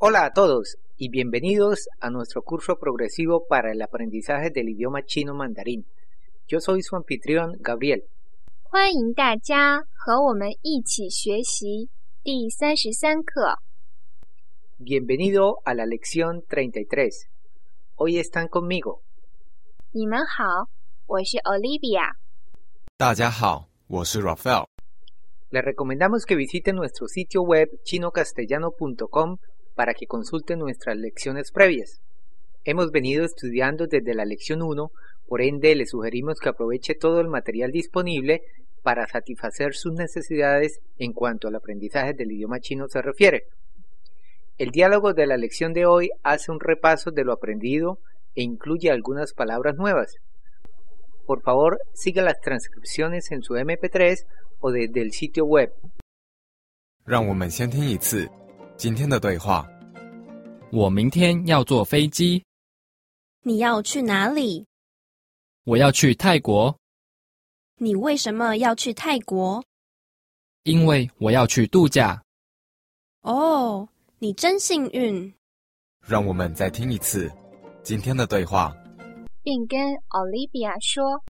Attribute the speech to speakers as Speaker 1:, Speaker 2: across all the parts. Speaker 1: Hola a todos y bienvenidos a nuestro curso progresivo para el aprendizaje del idioma chino mandarín. Yo soy su anfitrión Gabriel.
Speaker 2: 欢迎大家和我们一起学习第三十三课。
Speaker 1: Bienvenido a la lección 33. Hoy están conmigo
Speaker 2: 你们好，我是 Olivia。
Speaker 3: 大家好，我是 Raphael。
Speaker 1: Les recomendamos que visiten nuestro sitio web chinocastellano.com para que consulten nuestras lecciones previas. Hemos venido estudiando desde la lección 1, por ende les sugerimos que aproveche todo el material disponible para satisfacer sus necesidades en cuanto al aprendizaje del idioma chino se refiere. El diálogo de la lección de hoy hace un repaso de lo aprendido e incluye algunas palabras nuevas. Por favor, siga las transcripciones en su MP3 o desde el sitio web.
Speaker 3: 让我们先听一次今天的对话。
Speaker 4: 我明天要坐飞机，
Speaker 5: 你要去哪里？
Speaker 4: 我要去泰国，
Speaker 5: 你为什么要去泰国？
Speaker 4: 因为我要去度假。
Speaker 5: 哦，你真幸运。
Speaker 3: 让我们再听一次今天的对话。
Speaker 2: 并跟 Olivia 说：“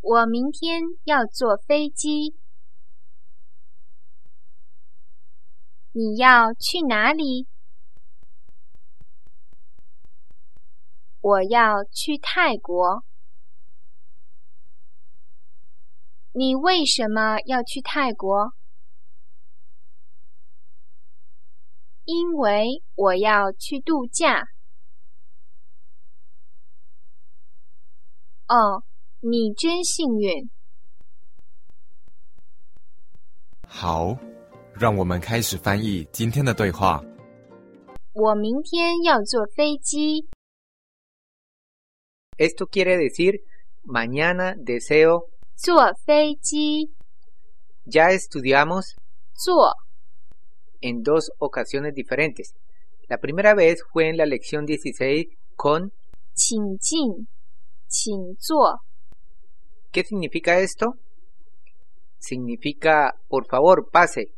Speaker 2: 我明天要坐飞机，你要去哪里？”我要去泰国。你为什么要去泰国？因为我要去度假。哦，你真幸运。
Speaker 3: 好，让我们开始翻译今天的对话。
Speaker 2: 我明天要坐飞机，
Speaker 1: Esto quiere decir mañana deseo,
Speaker 2: 坐飞机，
Speaker 1: ya estudiamos
Speaker 2: 坐
Speaker 1: en dos ocasiones diferentes. La primera vez fue en la lección 16 con
Speaker 2: 请进，请坐。
Speaker 1: ¿Qué significa esto? Significa por favor pase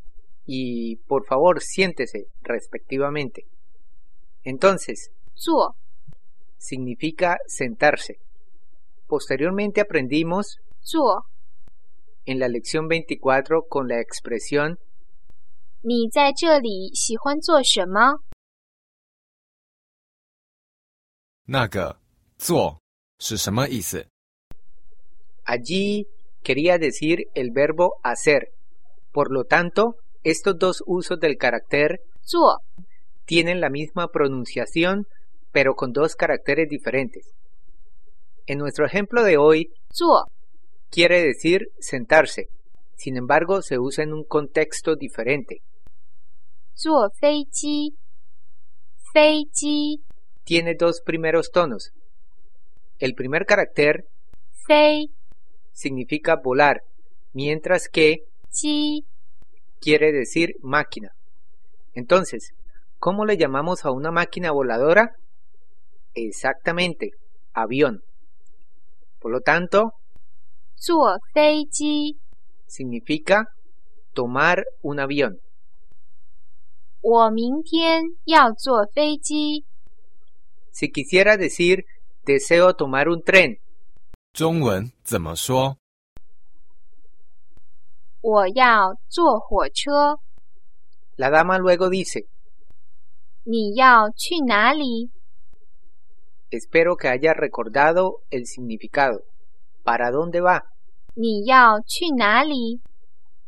Speaker 1: y por favor siéntese respectivamente. Entonces,
Speaker 2: 坐
Speaker 1: significa sentarse. Posteriormente aprendimos
Speaker 2: 坐，
Speaker 1: en la lección 24 con la expresión
Speaker 2: 你在这里喜欢做什么？
Speaker 3: 那个坐是什么意思？
Speaker 1: Allí quería decir el verbo hacer. Por lo tanto, estos dos usos del carácter
Speaker 2: 坐
Speaker 1: tienen la misma pronunciación, pero con dos caracteres diferentes. En nuestro ejemplo de hoy,
Speaker 2: 坐
Speaker 1: quiere decir sentarse. Sin embargo, se usa en un contexto diferente.
Speaker 2: 坐飞机，飞机
Speaker 1: Tiene dos primeros tonos. El primer carácter
Speaker 2: 飞
Speaker 1: significa volar, mientras que
Speaker 2: 机，
Speaker 1: quiere decir máquina. Entonces, ¿cómo le llamamos a una máquina voladora? Exactamente, avión. Por lo tanto,
Speaker 2: 坐飞机。
Speaker 1: significa tomar un avión.
Speaker 2: 我明天要坐飞机，
Speaker 1: Si quisiera decir deseo tomar un tren,
Speaker 3: 中文怎么说？
Speaker 2: 我要坐火车。
Speaker 1: la dama luego dice,
Speaker 2: 你要去哪里？
Speaker 1: espero que haya recordado el significado. ¿Para dónde va?
Speaker 2: 你要去哪里？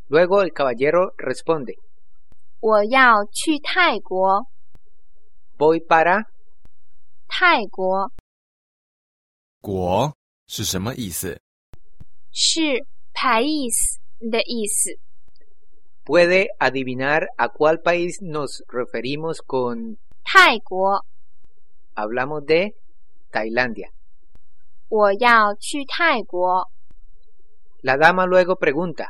Speaker 1: Luego el caballero responde,
Speaker 2: 我要去泰国，
Speaker 1: voy para
Speaker 2: 泰国
Speaker 3: 国是什么意思？
Speaker 2: 是 país 的意思。
Speaker 1: puede adivinar a cuál país nos referimos con
Speaker 2: 泰国，
Speaker 1: hablamos de Tailandia.
Speaker 2: 我要去泰国。
Speaker 1: La dama luego pregunta,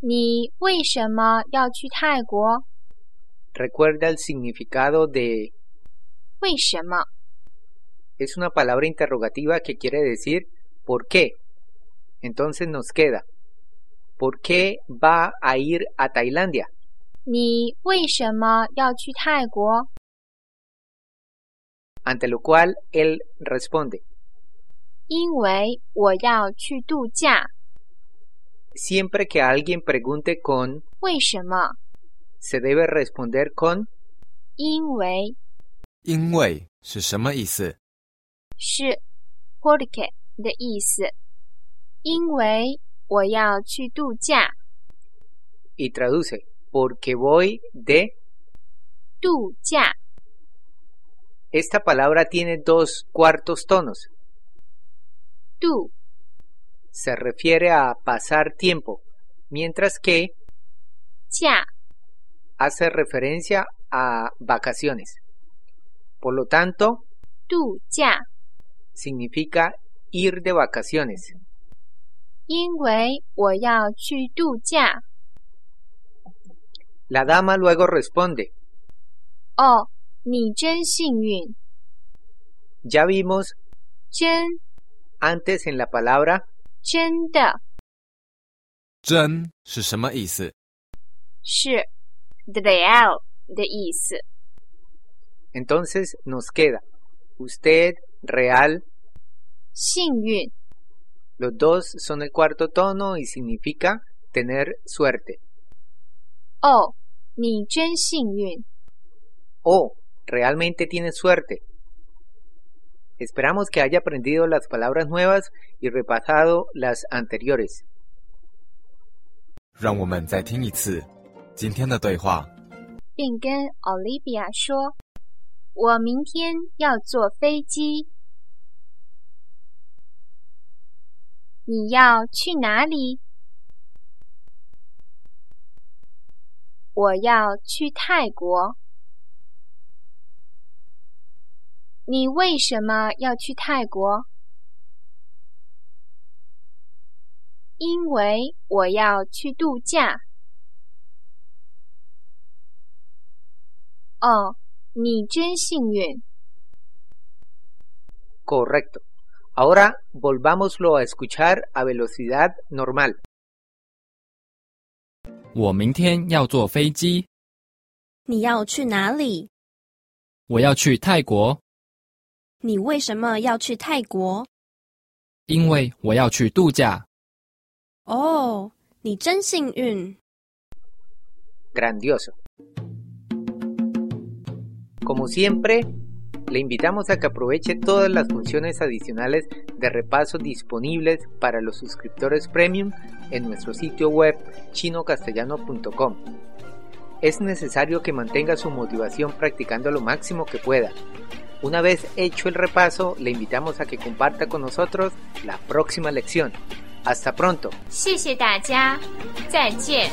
Speaker 2: 你为什么要去泰国？
Speaker 1: recuerda el significado de
Speaker 2: 为什么？
Speaker 1: es una palabra interrogativa que quiere decir ¿por qué? Entonces nos queda, ¿por qué va a ir a Tailandia?
Speaker 2: 你为什么要去泰国？
Speaker 1: Ante lo cual él responde,
Speaker 2: 因为我要去度假。
Speaker 1: siempre que alguien pregunte con,
Speaker 2: 为什么？
Speaker 1: se debe responder con
Speaker 2: 因为
Speaker 3: 因为是什么意思？
Speaker 2: 是 porque 的意思。因为我要去度假，
Speaker 1: y traduce, porque voy de.
Speaker 2: 度假
Speaker 1: Esta palabra tiene dos cuartos tonos.
Speaker 2: 度
Speaker 1: Se refiere a pasar tiempo, mientras que
Speaker 2: 假
Speaker 1: hace referencia a vacaciones. Por lo tanto,
Speaker 2: 度假，
Speaker 1: significa ir de vacaciones.
Speaker 2: 因为我要去度假。
Speaker 1: La dama luego responde,
Speaker 2: 哦，你真幸运，
Speaker 1: ya vimos
Speaker 2: 真
Speaker 1: antes en la palabra
Speaker 2: 真的
Speaker 3: 真是什么意思？
Speaker 2: 是 d e l 的意思。
Speaker 1: Entonces nos queda usted, real,
Speaker 2: 幸运
Speaker 1: los dos son el cuarto tono y significa tener suerte.
Speaker 2: 哦，你真幸运。
Speaker 1: Oh, realmente tienes suerte. Esperamos que haya aprendido las palabras nuevas y repasado las anteriores.
Speaker 3: 让我们再听一次今天的对话。
Speaker 2: 并跟 Olivia 说：“我明天要坐飞机，你要去哪里？”我要去泰国。你为什么要去泰国？因为我要去度假。哦，你真幸运。
Speaker 1: Correcto. Ahora volvámoslo a escuchar a velocidad normal.
Speaker 4: 我明天要坐飞机，
Speaker 5: 你要去哪里？
Speaker 4: 我要去泰国，
Speaker 5: 你为什么要去泰国？
Speaker 4: 因为我要去度假。
Speaker 5: 哦，你真幸运。
Speaker 1: Grandioso. Como siempre, le invitamos a que aproveche todas las funciones adicionales de repaso disponibles para los suscriptores premium en nuestro sitio web chinocastellano.com. Es necesario que mantenga su motivación practicando lo máximo que pueda. Una vez hecho el repaso, le invitamos a que comparta con nosotros la próxima lección. Hasta pronto.
Speaker 2: 谢谢大家，再见。